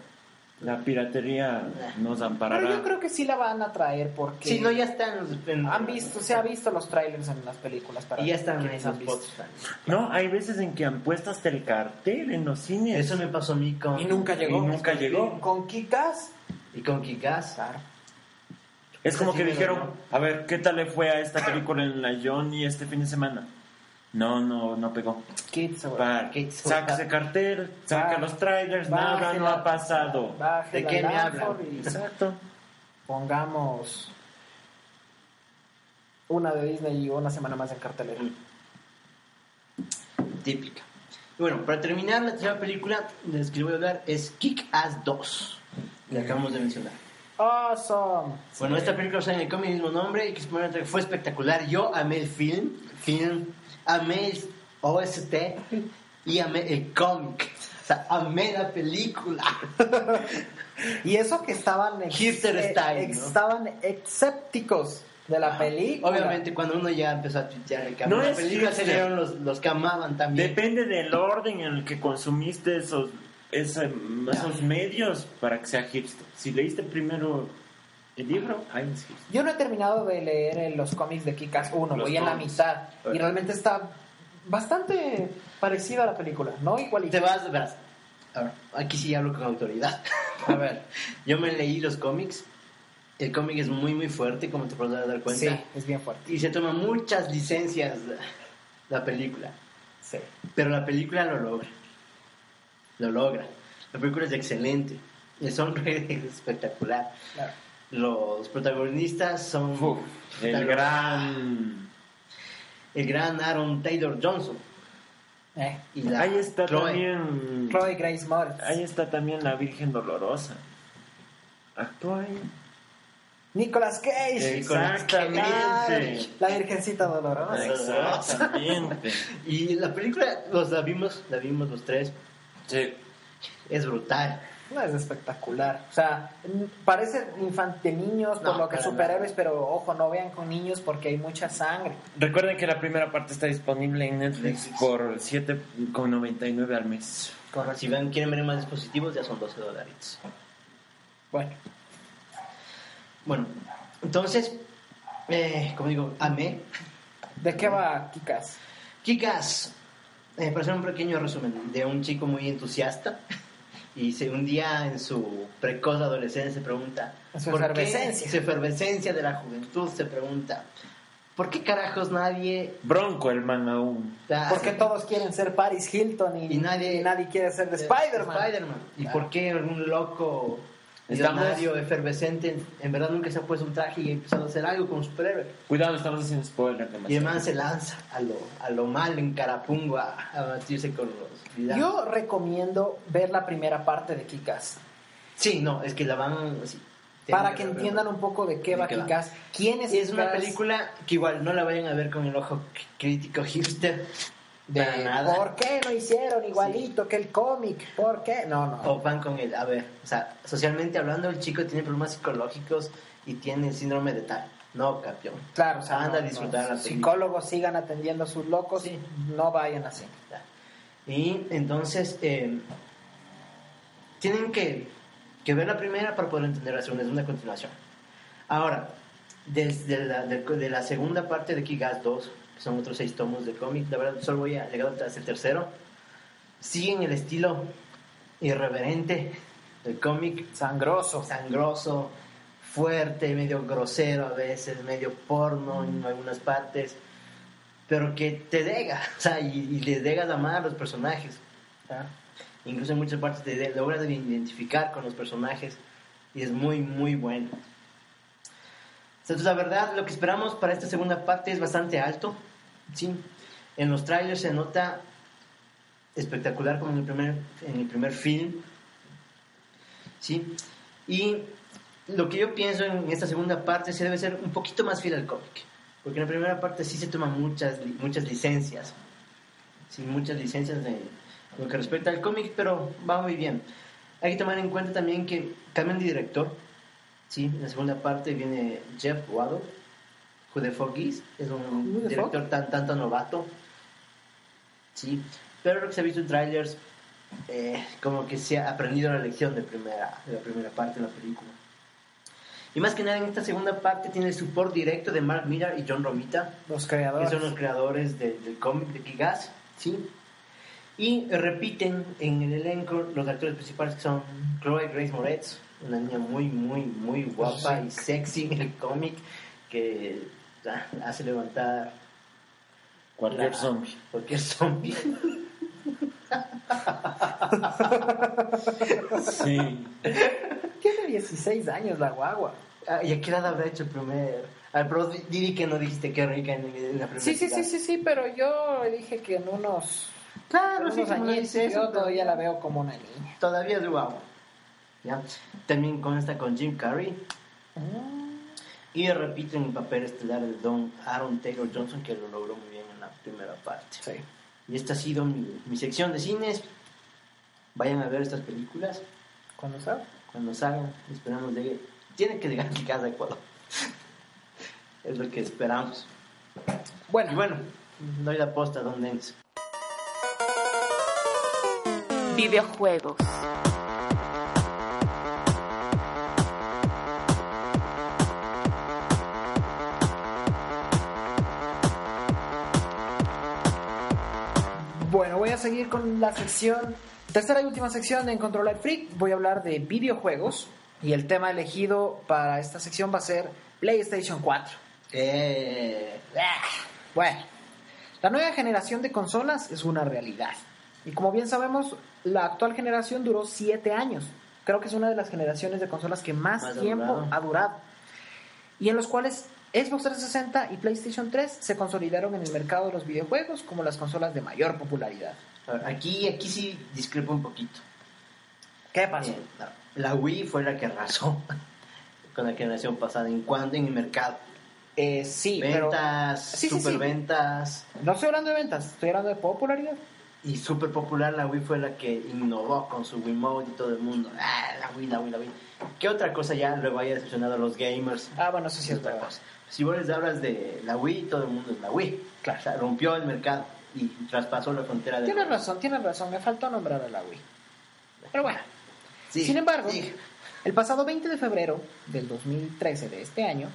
B: la piratería nos amparará.
C: Pero yo creo que sí la van a traer porque
D: Si no, ya están los. en-
C: han visto, se ha visto los trailers en las películas para
D: Y ya están en
C: quienes han
D: esos
C: visto.
D: spots también.
B: No, hay veces en que han puesto hasta el cartel en los cines.
D: Eso me pasó a mí con.
C: Y nunca llegó.
B: Y nunca llegó.
C: Con Kikas.
D: Y con Kikaz.
C: Claro.
B: Es como
D: Sí,
B: que
D: pero
B: dijeron,
D: no.
B: a ver, ¿qué tal le fue a esta película en la Johnny este fin de semana? No, no, no pegó.
C: Kids, güey.
B: Par.
D: ¿Qué?
B: Saca ese cartel, saca
C: Par.
B: los trailers, nada,
C: Bájela.
B: no ha pasado.
C: Baje
D: ¿De
C: la
D: qué me
C: Lanford
D: hablan?
C: y
B: Exacto.
C: Pongamos una de Disney y una semana más en cartelera.
D: Típica. Y bueno, para terminar, la tercera película de la que voy a hablar es Kick Ass 2. La acabamos de mencionar.
C: Awesome.
D: Bueno, esta película está en el cómic del mismo nombre y que supuestamente fue espectacular. Yo amé el film, film, amé el OST y amé el cómic. O sea, amé la película.
C: Y eso que estaban ex-
D: Hipster style, ¿no?
C: estaban escépticos de la película.
D: Obviamente, cuando uno ya empezó a tuitear el que amaba
B: No
D: la
B: es
D: película, se
B: hipster.
D: dieron los, los que amaban también.
B: Depende del orden en el que consumiste esos, ese- esos medios para que sea hipster. Si leíste primero el libro, ahí es hipster.
C: Yo no he terminado de leer eh, los cómics de Kikas 1,
B: Los
C: voy en la
B: cómics.
C: mitad. Y realmente está bastante parecido a la película, ¿no? Igualito.
D: Te vas, verás. A ver, aquí sí hablo con autoridad. A ver, yo me leí los cómics. El cómic es muy, muy fuerte, como te podrás dar
C: Sí,
D: cuenta.
C: es bien fuerte.
D: Y se toma muchas licencias la- la película.
C: Sí.
D: Pero la película lo logra. Lo logra. La película es excelente. El sonreír es espectacular.
C: Claro.
D: Los protagonistas son
B: Uf, el gran.
D: el gran Aaron Taylor Johnson.
C: Eh,
D: Y la
B: ahí está
D: Chloe.
B: también.
C: Chloe Grace Moritz.
B: Ahí está también la Virgen Dolorosa. Actúa ahí.
C: Nicolas Cage.
B: Exactamente.
C: La Virgencita Dolorosa.
B: Exactamente.
D: Y la película, los, la vimos, la vimos los tres,
B: Sí.
D: es brutal.
C: No es espectacular. O sea, n- parece infante niños por
D: No,
C: lo que
D: para
C: superhéroes, pero ojo, no vean con niños porque hay mucha sangre.
B: Recuerden que la primera parte está disponible en Netflix
D: Netflix.
B: por 7,99 al mes.
D: Si van, quieren ver más dispositivos, ya son 12 dólares.
C: Bueno,
D: Bueno, entonces, eh, como digo, amé.
C: ¿de qué va Kikas?
D: Chicas, eh, para hacer un pequeño resumen de un chico muy entusiasta y se, un día en su precoz adolescencia se pregunta,
C: En su
D: qué-
C: efervescencia.
D: su efervescencia de la juventud se pregunta, ¿por qué carajos nadie...
B: Bronco el man aún.
D: da-
C: Porque todos quieren ser Paris Hilton y,
D: Ah, Y nadie-
C: y nadie quiere ser de Spider-Man.
D: ¿Y
C: Claro.
D: por qué algún loco
B: Estamos-
D: millonario efervescente en, en verdad nunca se ha puesto un traje y ha empezado a hacer algo como superhéroe?
B: Cuidado, estamos haciendo spoiler. demasiado.
D: Y además se lanza a lo, a lo mal en Carapungo a, a batirse con los villanos.
C: Yo recomiendo ver la primera parte de Kikas
D: Sí, no, es que la van así.
C: para que entiendan un poco de qué
D: ¿De
C: va
D: qué va?
C: Kikas. ¿Quién es
D: Y es una
C: Kick-Ass?
D: película que igual no la vayan a ver con el ojo c- crítico hipster.
C: de
D: para nada.
C: por qué no hicieron igualito que el cómic, por qué no, no.
D: O van con el, a ver, o sea, socialmente hablando, el chico tiene problemas psicológicos y tiene el síndrome de tal. No, campeón.
C: Claro, o sea,
D: Anda a
C: no,
D: disfrutar
C: no,
D: la
C: los
D: película.
C: psicólogos sigan atendiendo a sus locos,
D: Sí.
C: no vayan así.
D: Y entonces, eh, tienen que, que ver la primera para poder entender la segunda. Es una continuación. Ahora, desde la, de, de la segunda parte de Kigas 2, que son otros seis tomos de cómic, la verdad solo voy a llegar hasta el tercero, siguen el estilo irreverente del cómic,
C: Sangroso.
D: sangroso, fuerte, medio grosero a veces, medio porno en algunas partes, pero que te deja, o sea, y, y le degas amar a los personajes.
C: Claro.
D: Incluso en muchas partes te de- logras identificar con los personajes y es muy, muy bueno. Entonces, la verdad, lo que esperamos para esta segunda parte es bastante alto. Sí, en los trailers se nota espectacular como en el primer, en el primer film. Sí, y lo que yo pienso en esta segunda parte se debe ser un poquito más fiel al cómic. Porque en la primera parte sí se toman muchas, li- muchas licencias. Sí, muchas licencias de lo que respecta al cómic, pero va muy bien. Hay que tomar en cuenta también que cambian de director. Sí, en la segunda parte viene Jeff Waddle, Who the Fuck Is, es
C: Who
D: un
C: the fuck?
D: director tan, tanto novato. Sí, pero lo que se ha visto en trailers, eh, como que se ha aprendido la lección de, primera, de la primera parte de la película. Y más que nada en esta segunda parte tiene el support directo de Mark Millar y John Romita,
C: Los
D: que
C: creadores.
D: son los creadores de- del cómic de Kigas, ¿sí? Y repiten en el elenco los actores principales que son Chloe Grace Moretz, una niña muy, muy, muy guapa y sexy en el cómic, que ah, hace levantar
B: Cualquier
D: la-
B: zombie.
D: Cualquier zombie.
B: Sí.
C: Tiene 16 años la guagua.
D: Ah, ¿Y a qué edad habrá hecho el primer...? Ah, pero di- di que no dijiste que rica en, en la primera
C: Sí, sí, sí,
D: ciudad.
C: sí, sí, pero yo dije que en unos,
D: Claro,
C: en
D: sí,
C: unos
D: como
C: añitos
D: dice eso,
C: yo
D: pero-
C: todavía la veo como una niña.
D: Todavía es guapo. ¿Ya? También consta con Jim Carrey.
C: Ah.
D: Y repiten el papel estelar de Don Aaron Taylor Johnson que lo logró muy bien en la primera parte.
C: Sí.
D: Y esta ha sido mi, mi sección de cines. Vayan a ver estas películas
C: ¿Cuándo sabe?
D: cuando salgan. Esperamos llegue. Tienen que llegar a mi casa, Ecuador. es lo que esperamos.
C: Bueno,
D: Y bueno, doy la posta, Don Dennis.
A: Videojuegos.
C: bueno, voy a seguir con la sección, tercera y última sección de En Control Life Freak. Voy a hablar de videojuegos y el tema elegido para esta sección va a ser PlayStation 4.
D: Eh,
C: Bueno, la nueva generación de consolas es una realidad. Y como bien sabemos, la actual generación duró 7 años. creo que es una de las generaciones de consolas que más,
D: Más ha
C: tiempo
D: durado.
C: ha durado. Y en los cuales Xbox 360 y PlayStation 3 se consolidaron en el mercado de los videojuegos como las consolas de mayor popularidad.
D: A ver, Aquí, aquí sí discrepo un poquito.
C: ¿Qué
D: Eh, la- La Wii fue la que arrasó con la generación pasada en cuanto en el mercado.
C: Eh, sí, pero...
D: Ventas,
C: Sí, sí, sí.
D: superventas
C: No estoy hablando de ventas, estoy hablando de popularidad.
D: y super popular. La Wii fue la que innovó con su Wiimote y todo el mundo. Ah, la Wii, la Wii, la Wii. ¿Qué otra cosa ya luego haya decepcionado a los gamers?
C: Ah, bueno, eso sí es
D: otra
C: verdad.
D: cosa. Si vos les hablas de la Wii, todo el mundo es la Wii.
C: Claro.
D: O sea, rompió el mercado y traspasó la frontera de.
C: Tienes razón, tienes razón, me faltó nombrar a la Wii. Pero bueno,
D: Sí,
C: sin embargo,
D: sí.
C: el pasado 20 de febrero del 2013 de este año,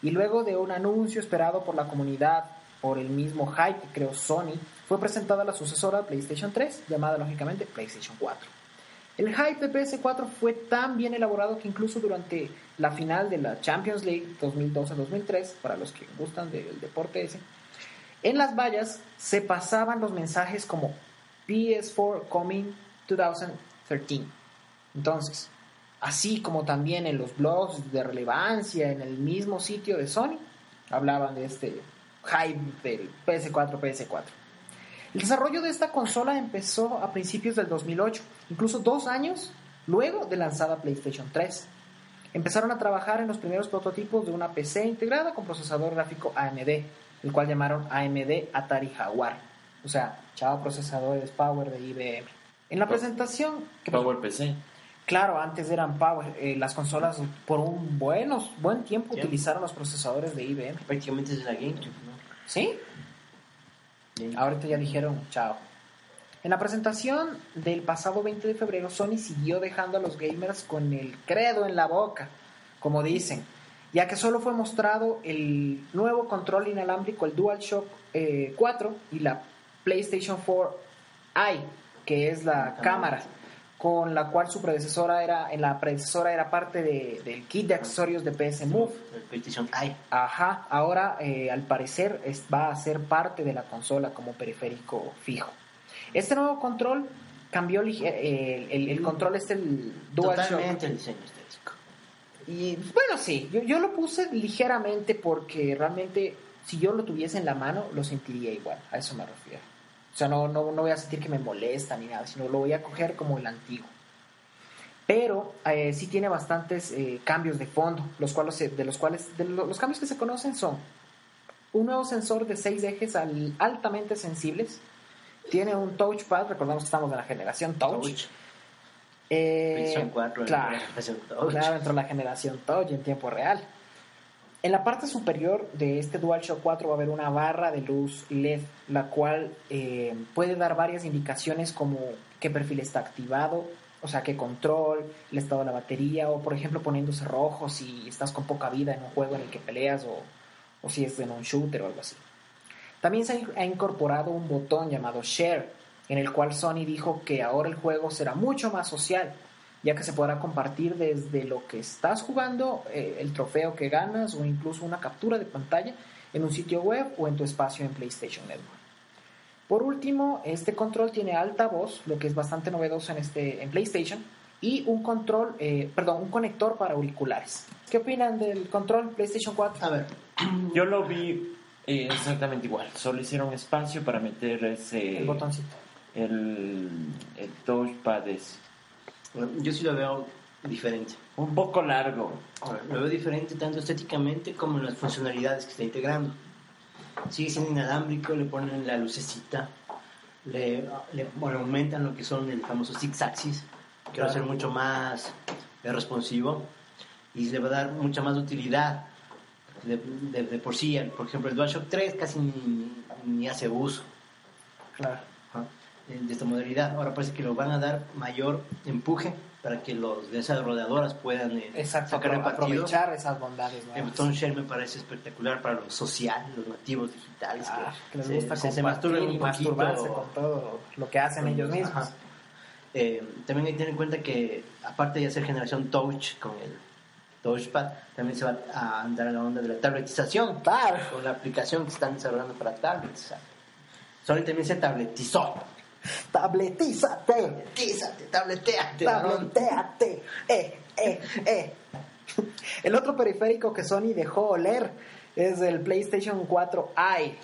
C: y luego de un anuncio esperado por la comunidad por el mismo hype que creó Sony, fue presentada la sucesora de PlayStation 3, llamada lógicamente PlayStation 4. El hype de PS4 fue tan bien elaborado que incluso durante la final de la Champions League 2012-2003, para los que gustan del deporte ese, en las vallas se pasaban los mensajes como PS4 Coming 2013. Entonces, así como también en los blogs de relevancia, en el mismo sitio de Sony, hablaban de este hype del PS4, PS4. El desarrollo de esta consola empezó a principios del 2008, incluso dos años luego de lanzada PlayStation 3. Empezaron a trabajar en los primeros prototipos de una PC integrada con procesador gráfico AMD, el cual llamaron AMD Atari Jaguar. O sea, chava procesadores Power de IBM. En la presentación... ¿qué pasó?
B: Power PC.
C: Claro, antes eran Power. eh, las consolas por un buenos, buen tiempo
D: Tiempo.
C: utilizaron los procesadores de IBM.
D: Prácticamente es la GameCube, ¿no?
C: ¿Sí? Ahorita ya dijeron chao. En la presentación del pasado 20 de febrero, Sony siguió dejando a los gamers con el credo en la boca, como dicen, ya que solo fue mostrado el nuevo control inalámbrico, el DualShock eh, 4 y la PlayStation 4 i, que es la
D: Cámara.
C: cámara con la cual su predecesora era en la predecesora era parte de- del kit de accesorios de PS Move.
D: El PlayStation Ay,
C: Ajá, ahora eh, al parecer es- va a ser parte de la consola como periférico fijo. Este nuevo control cambió lige- eh, el, el- el control este el DualShock.
D: Totalmente el diseño estético.
C: Y bueno, sí, yo, yo lo puse ligeramente porque realmente si yo lo tuviese en la mano lo sentiría igual, a eso me refiero. O sea, no, no, no voy a sentir que me molesta ni nada, sino lo voy a coger como el antiguo. Pero eh, sí tiene bastantes eh, cambios de fondo, los cuales, se- de los cuales de lo- los cambios que se conocen son un nuevo sensor de seis ejes al- altamente sensibles, tiene un touchpad, recordamos que estamos en la generación touch.
D: Touch.
C: Eh,
D: PlayStation 4.
C: claro.
D: PlayStation Touch.
C: Claro, entró la generación Touch en tiempo real. En la parte superior de este DualShock 4 va a haber una barra de luz LED, la cual eh, puede dar varias indicaciones como qué perfil está activado, o sea, qué control, el estado de la batería, o por ejemplo poniéndose rojo si estás con poca vida en un juego en el que peleas o, o si es en un shooter o algo así. También se ha in- ha incorporado un botón llamado Share, en el cual Sony dijo que ahora el juego será mucho más social, ya que se podrá compartir desde lo que estás jugando, eh, el trofeo que ganas o incluso una captura de pantalla en un sitio web o en tu espacio en PlayStation Network. Por último, este control tiene altavoz, lo que es bastante novedoso en, este, en PlayStation, y un control, eh, perdón, un conector para auriculares. ¿Qué opinan del control PlayStation 4?
D: A ver,
B: Yo lo vi eh, exactamente igual. Solo hicieron espacio para meter ese.
C: El botoncito.
B: El, el touchpad es
D: yo sí lo veo diferente.
B: un poco largo.
D: Lo veo diferente tanto estéticamente como en las funcionalidades que está integrando. Sigue siendo inalámbrico, le ponen la lucecita, le, le- bueno, aumentan lo que son el famoso six axis, que va a ser mucho más eh, responsivo y le va a dar mucha más utilidad de, de- de por sí. Por ejemplo, el DualShock 3 casi ni, ni hace uso
C: Claro.
D: ajá, de de esta modalidad. Ahora parece que lo van a dar mayor empuje para que los desarrolladores puedan eh,
C: Exacto,
D: sacarle
C: apro-
D: partido.
C: aprovechar esas bondades. ¿no?
D: El botón share me parece espectacular para los social, los nativos digitales
C: Ah,
D: que,
C: que les
D: se-
C: gusta
D: se, se
C: compartir
D: masturban
C: y
D: un poquito.
C: masturbarse con todo lo que hacen ellos mismos.
D: Ajá. Eh, también hay que tener en cuenta que aparte de hacer generación touch con el touchpad, también se va a andar a la onda de la tabletización
C: Claro.
D: con la aplicación que están desarrollando para tablets. o sea, Sony también se tabletizó
C: Tabletízate,
D: Tízate, tableteate. ¿no?
C: tableteate. Eh, eh, eh. El otro periférico que Sony dejó oler es el PlayStation 4i,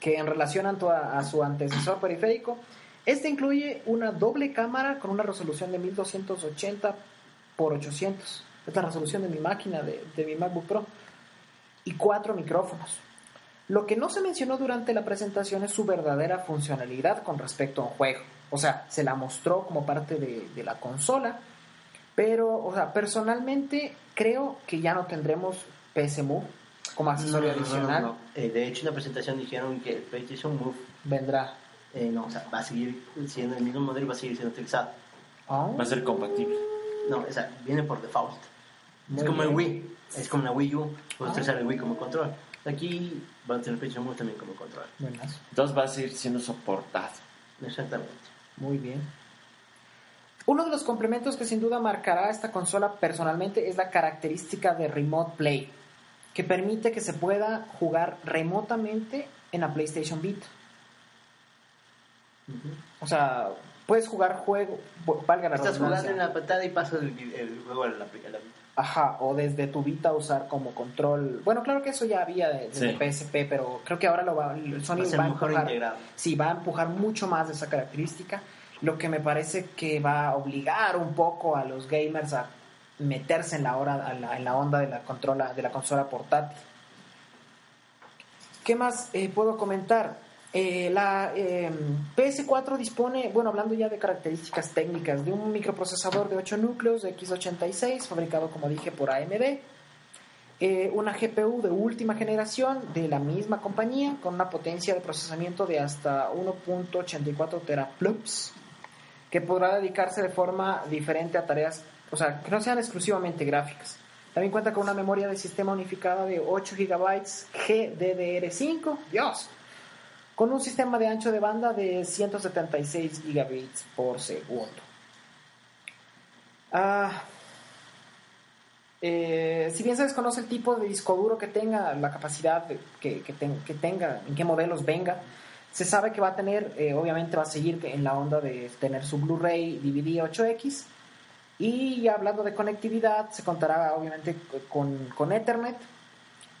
C: que en relación a, tu- a su antecesor periférico, este incluye una doble cámara con una resolución de 1280 por 800. Es la resolución de mi máquina, de, de mi MacBook Pro. Y cuatro micrófonos. Lo que no se mencionó durante la presentación es su verdadera funcionalidad con respecto a un juego. O sea, se la mostró como parte de, de la consola, pero, o sea, personalmente creo que ya no tendremos PSMU como accesorio
D: No, no, no,
C: adicional.
D: no. Eh, de hecho, en la presentación dijeron que el PlayStation Move
C: Vendrá.
D: eh, no, o sea, va a seguir siendo el mismo modelo y va a seguir siendo utilizado.
C: Ah,
B: Va a ser compatible.
D: No, o sea, viene por default.
C: muy
D: es como el
C: bien.
D: Wii. Es como la Wii U. Puedes
C: Ah.
D: utilizar el Wii como control. Aquí va a tener el PlayStation Move también como control.
C: Buenas.
B: Entonces va a seguir siendo soportado.
D: Exactamente.
C: Muy bien. Uno de los complementos que sin duda marcará esta consola personalmente es la característica de Remote Play, que permite que se pueda jugar remotamente en la PlayStation Vita.
D: Ujú.
C: O sea, puedes jugar juego, bu- valga la
D: Estás jugando
C: redundancia.
D: en la pantalla y pasas el, el juego a la, a la Vita.
C: Ajá, o desde tu Vita usar como control. Bueno, claro que eso ya había de- desde
B: Sí.
C: PSP, pero creo que ahora lo va, el Sony
D: Va a ser
C: va a
D: mejor
C: empujar.
D: integrado.
C: Sí, va a empujar mucho más esa característica, lo que me parece que va a obligar un poco a los gamers a meterse en la, hora, a la- en la onda de la, controla, de la consola portátil. ¿Qué más eh, puedo comentar? Eh, la eh, PS4 dispone, bueno, hablando ya de características técnicas, de un microprocesador de 8 núcleos de X86, fabricado, como dije, por AMD. Eh, una GPU de última generación de la misma compañía, con una potencia de procesamiento de hasta 1.84 teraflops, que podrá dedicarse de forma diferente a tareas, o sea, que no sean exclusivamente gráficas. También cuenta con una memoria de sistema unificada de 8 GB GDDR5, Dios, con un sistema de ancho de banda de 176 gigabits por segundo. Ah, eh, si bien se desconoce el tipo de disco duro que tenga, la capacidad de- que, que ten- que tenga, en qué modelos venga, se sabe que va a tener, eh, obviamente va a seguir en la onda de tener su Blu-ray DVD 8X. Y ya hablando de conectividad, se contará obviamente con, con Ethernet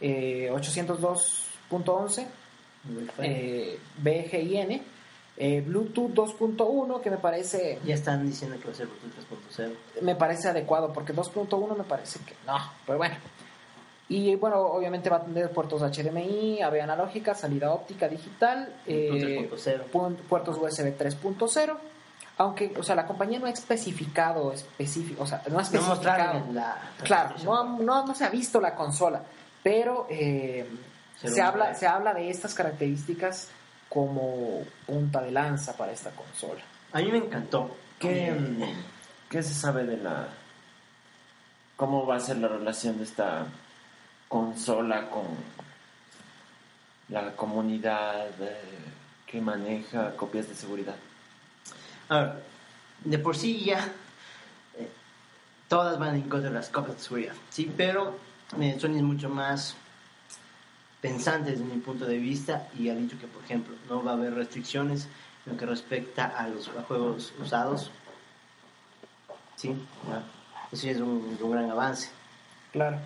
C: eh, 802.11. eh, BGIN, eh, Bluetooth 2.1, que me parece,
D: ya están diciendo que va a ser Bluetooth 3.0.
C: me parece adecuado, porque 2.1 me parece que no, pero bueno. Y bueno, obviamente va a tener puertos HDMI, AV analógica, salida óptica digital, eh,
D: Bluetooth 3.0.
C: pu- puertos USB 3.0. Aunque, o sea, la compañía no ha especificado, específico, o sea, no ha
D: No
C: especificado.
D: mostraron en la.
C: Claro, no, no, no se ha visto la consola, pero eh,
D: Se
C: se,
D: lo
C: habla,
D: mostraron.
C: se habla de estas características como punta de lanza para esta consola.
D: A mí me encantó.
B: ¿Qué,
D: Eh,
B: ¿Qué se sabe de la... ¿Cómo va a ser la relación de esta consola con la comunidad eh, que maneja copias de seguridad?
D: A ver, de por sí ya eh, todas van en contra de las copias de seguridad, ¿sí? Pero eh, Sony es mucho más pensante desde mi punto de vista y ha dicho que, por ejemplo, no va a haber restricciones en lo que respecta a los juegos usados, ¿sí? Ya, Eso ya es un, un gran avance.
C: Claro.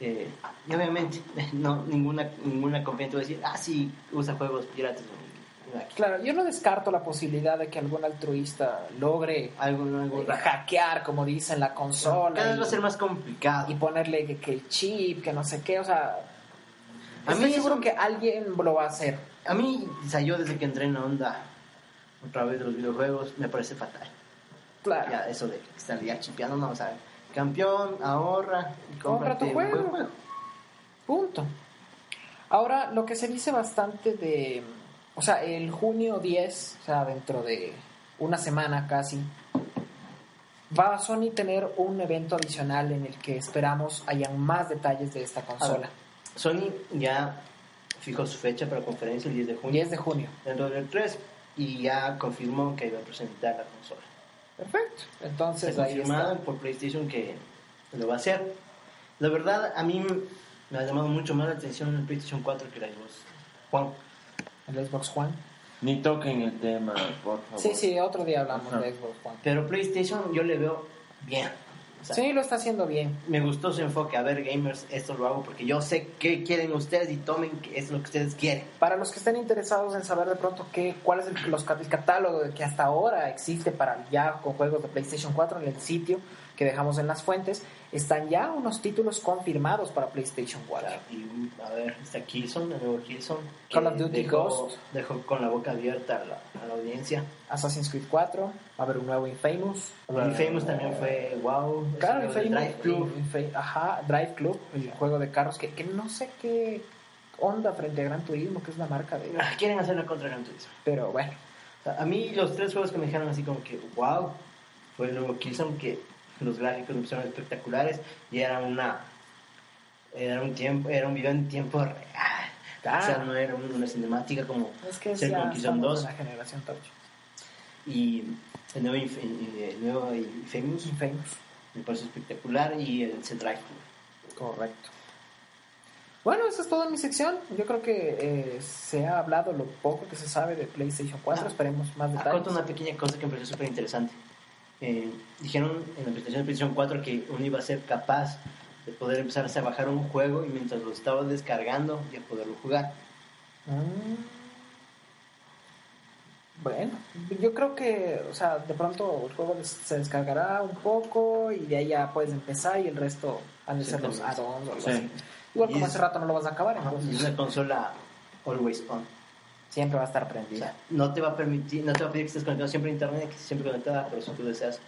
D: Eh, y obviamente, no, ninguna, ninguna compañía te va a decir, ah, sí, usa juegos piratas. Aquí.
C: Claro, yo no descarto la posibilidad de que algún altruista logre
D: Algo, algo
C: eh, hackear, como dicen, la
D: Cada
C: consola
D: vez va a ser
C: y,
D: más complicado.
C: y ponerle que, que el chip, que no sé qué, o sea,
D: A
C: estoy
D: mí
C: seguro
D: eso-
C: que alguien lo va a hacer.
D: A mí, o sea, yo desde que entré en la onda otra vez de los videojuegos, me parece fatal.
C: Claro.
D: Ya, eso de estar ya chipeando, no, o sea, campeón, ahorra y
C: Compra
D: cómprate
C: tu
D: un buen
C: juego. Punto. Ahora, lo que se dice bastante de. O sea, el junio 10, o sea, dentro de una semana casi, va a Sony tener un evento adicional en el que esperamos hayan más detalles de esta consola.
D: Sony ya fijó su fecha para conferencia el 10 de junio,
C: 10 de junio.
D: dentro del 3, y ya confirmó que iba a presentar la consola.
C: Perfecto. Entonces
D: Está
C: ahí
D: confirmado
C: está.
D: por PlayStation que lo va a hacer. La verdad, a mí me ha llamado mucho más la atención el PlayStation 4 que la Xbox Juan.
C: El Xbox One.
B: Ni toquen el tema, por favor.
C: Sí, sí, otro día hablamos
B: Ajá.
C: de Xbox One.
D: Pero PlayStation yo le veo bien. O sea,
C: Sí, lo está haciendo bien.
D: Me gustó su enfoque. A ver, gamers, esto lo hago porque yo sé qué quieren ustedes y tomen que es lo que ustedes quieren.
C: Para los que estén interesados en saber de pronto qué, cuál es el, los cat- el catálogo que hasta ahora existe para ya con juegos de PlayStation 4 en el sitio que dejamos en las fuentes, están ya unos títulos confirmados para PlayStation 4.
D: Y, a ver, está Killzone, el nuevo Killzone. que
C: Call of Duty
D: dejó-
C: Ghost.
D: Dejó con la boca abierta a la, a la audiencia.
C: Assassin's Creed 4, va a haber un nuevo Infamous.
D: Y Famous también fue wow. ese
C: Claro,
D: juego de
C: Infamous.
D: Drive Club.
C: Infa- ajá, Drive Club, el juego de carros que, que no sé qué onda frente a Gran Turismo, que es la marca de...
D: Ah, Quieren hacerlo contra Gran Turismo.
C: Pero bueno,
D: O sea, a mí los tres juegos que me dejaron así como que wow fue el nuevo Killzone que los gráficos me pusieron espectaculares y era una era un tiempo era un video en tiempo real.
C: Ah.
D: O sea, no era una cinemática como
C: es que es
D: ser
C: ya
D: con Killzone
C: estamos
D: 2
C: en la generación Touch.
D: y el nuevo, Inf- eh, el nuevo Infamous
C: Infamous.
D: me pareció espectacular y el C-Drive.
C: Correcto. Bueno, eso es todo en mi sección. Yo creo que eh, se ha hablado lo poco que se sabe de PlayStation 4.
D: Ah.
C: Esperemos más detalles.
D: Acoto una pequeña cosa que me pareció súper interesante. Eh, dijeron en la presentación de PlayStation 4 que uno iba a ser capaz de poder empezar a bajar un juego y mientras lo estaba descargando ya poderlo jugar.
C: Mm. Bueno, yo creo que, o sea, de pronto el juego des- se descargará un poco y de ahí ya puedes empezar y el resto han de ser los
D: Exactamente.
C: add-ons o algo
B: Sí.
C: así. Igual
D: Y
C: como
D: es-
C: hace rato no lo vas a acabar,
D: Y
C: entonces
D: es una consola always on.
C: siempre va a estar
D: O
C: prendida.
D: sea, no te va a permitir, no te va a pedir que estés conectado siempre a internet, que estés siempre conectada, pero si tú deseas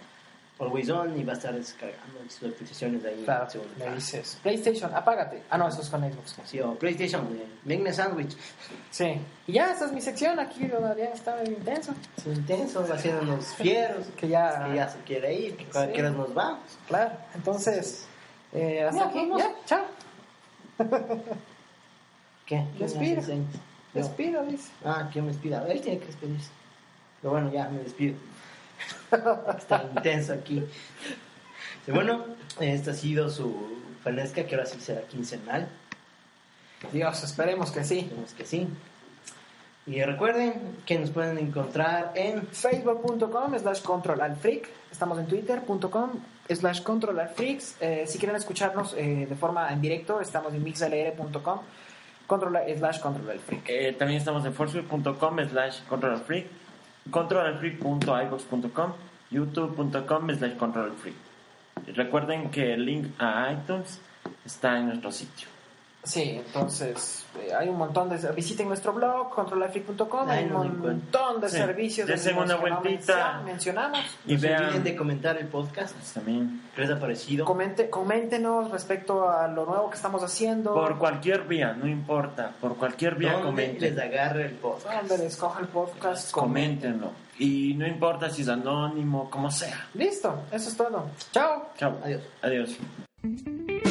D: always on y va a estar descargando sus actualizaciones de ahí.
C: Claro,
D: según
C: le
D: ah,
C: dices, PlayStation, apágate. Ah, no, eso es con Xbox.
D: Sí, o PlayStation, eh, venme sándwich.
C: Sí. Y ya, esa es mi sección. Aquí todavía está medio intenso.
D: Es intenso, haciéndonos fieros.
C: Que ya...
D: que ya se quiere ir, que cuando
C: Sí.
D: quieras nos vamos.
C: Claro, entonces, eh, hasta
D: Ya,
C: aquí,
D: vamos.
C: ya, chao.
D: ¿Qué?
C: Despida.
D: Despida.
C: Despido, dice.
D: Ah, que me despida. Él tiene que despedirse. Pero bueno, ya me despido. Está intenso aquí. Y bueno, esta ha sido su fanesca, que ahora sí será quincenal.
C: Dios, esperemos que sí.
D: Esperemos que sí. Y recuerden que nos pueden encontrar en
C: Facebook.com slash control al freak. Estamos en Twitter.com slash control al freaks. Eh, si quieren escucharnos eh, de forma en directo, estamos en mixlr.com control slash control al freak.
B: Eh, también estamos en forceful.com slash controlalfreak, controlalfreak.ibox.com, youtube.com slash controlalfreak. Y Recuerden que el link a iTunes está en nuestro sitio.
C: Sí, entonces eh, hay un montón de... Visiten nuestro blog, controlalfreak.com.
D: Ahí
C: Hay un
D: nos encuentran.
C: montón de
B: Sí,
C: servicios. de
B: desen una
C: que no
B: vueltita.
C: mencio- mencionamos.
B: Y
D: no se olviden
B: vean
D: de comentar el podcast.
B: también
D: ¿Qué les ha parecido?
C: Comente, coméntenos respecto a lo nuevo que estamos haciendo.
B: por cualquier vía, no importa, por cualquier vía
D: ¿Dónde les
B: comenten,
D: agarra el podcast?
C: Ándale, escoja el podcast.
B: coméntenlo. Y no importa si es anónimo, como sea.
C: Listo, eso es todo. Chao.
B: Chao.
D: Adiós.
B: Adiós.
E: Thank